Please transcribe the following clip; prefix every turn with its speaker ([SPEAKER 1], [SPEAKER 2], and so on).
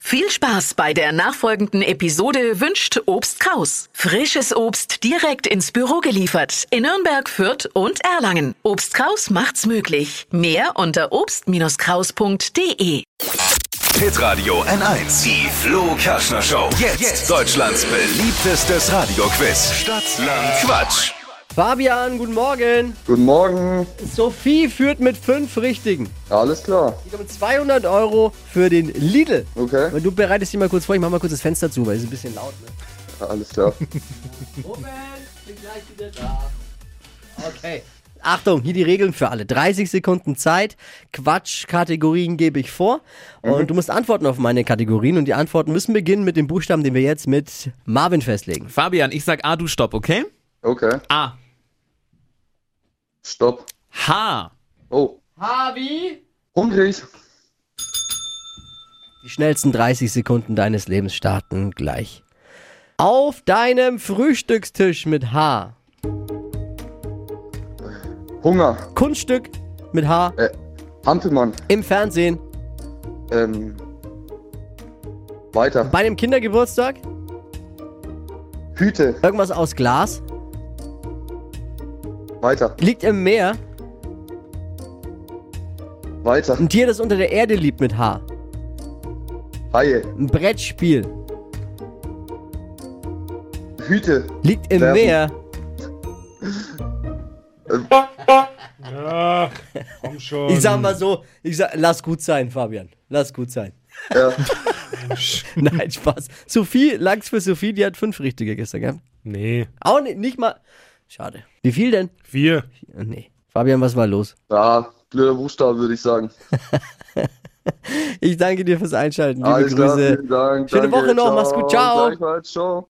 [SPEAKER 1] Viel Spaß bei der nachfolgenden Episode wünscht Obst Kraus. Frisches Obst direkt ins Büro geliefert in Nürnberg, Fürth und Erlangen. Obst Kraus macht's möglich. Mehr unter obst-kraus.de.
[SPEAKER 2] Pit Radio N1. Die Flo Kaschner Show. Jetzt. Deutschlands beliebtestes Radioquiz. Stadt, Land, Quatsch.
[SPEAKER 3] Fabian, guten Morgen.
[SPEAKER 4] Guten Morgen.
[SPEAKER 3] Sophie führt mit fünf Richtigen.
[SPEAKER 4] Alles klar.
[SPEAKER 3] Sie bekommt 200 Euro für den Lidl.
[SPEAKER 4] Okay.
[SPEAKER 3] Und du bereitest dich mal kurz vor, ich mach mal kurz das Fenster zu, weil es ist ein bisschen laut. Ne?
[SPEAKER 4] Alles klar.
[SPEAKER 3] Okay. Achtung, hier die Regeln für alle. 30 Sekunden Zeit. Quatschkategorien gebe ich vor. Und du musst antworten auf meine Kategorien. Und die Antworten müssen beginnen mit dem Buchstaben, den wir jetzt mit Marvin festlegen.
[SPEAKER 5] Fabian, ich sag A, du stopp, okay?
[SPEAKER 4] Okay.
[SPEAKER 5] A.
[SPEAKER 4] Stopp.
[SPEAKER 5] H.
[SPEAKER 4] Oh.
[SPEAKER 3] Habi!
[SPEAKER 4] Hungrig.
[SPEAKER 3] Die schnellsten 30 Sekunden deines Lebens starten gleich. Auf deinem Frühstückstisch mit H.
[SPEAKER 4] Hunger.
[SPEAKER 3] Kunststück mit H.
[SPEAKER 4] Äh, Hampelmann.
[SPEAKER 3] Im Fernsehen.
[SPEAKER 4] Ähm. Weiter.
[SPEAKER 3] Bei einem Kindergeburtstag.
[SPEAKER 4] Hüte.
[SPEAKER 3] Irgendwas aus Glas.
[SPEAKER 4] Weiter.
[SPEAKER 3] Liegt im Meer.
[SPEAKER 4] Weiter.
[SPEAKER 3] Ein Tier, das unter der Erde liebt mit H.
[SPEAKER 4] Haie.
[SPEAKER 3] Ein Brettspiel.
[SPEAKER 4] Hüte.
[SPEAKER 3] Liegt im
[SPEAKER 4] Werfen.
[SPEAKER 3] Meer.
[SPEAKER 6] Komm schon.
[SPEAKER 3] Ich sag mal so, ich sag, lass gut sein, Fabian. Lass gut sein.
[SPEAKER 4] Ja.
[SPEAKER 3] Nein, Spaß. Sophie, Lachs für Sophie, die hat fünf richtige gestern gehabt.
[SPEAKER 6] Nee.
[SPEAKER 3] Auch nicht, nicht mal. Schade. Wie viel denn?
[SPEAKER 6] Vier.
[SPEAKER 3] Nee. Fabian, was war los?
[SPEAKER 4] ja. Blöder Buchstabe, würde ich sagen.
[SPEAKER 3] Ich danke dir fürs Einschalten. Liebe
[SPEAKER 4] Alles
[SPEAKER 3] Grüße.
[SPEAKER 4] klar. Vielen Dank.
[SPEAKER 3] Schöne
[SPEAKER 4] Danke.
[SPEAKER 3] Woche noch. Mach's gut. Ciao.
[SPEAKER 4] Gleichfalls. Ciao.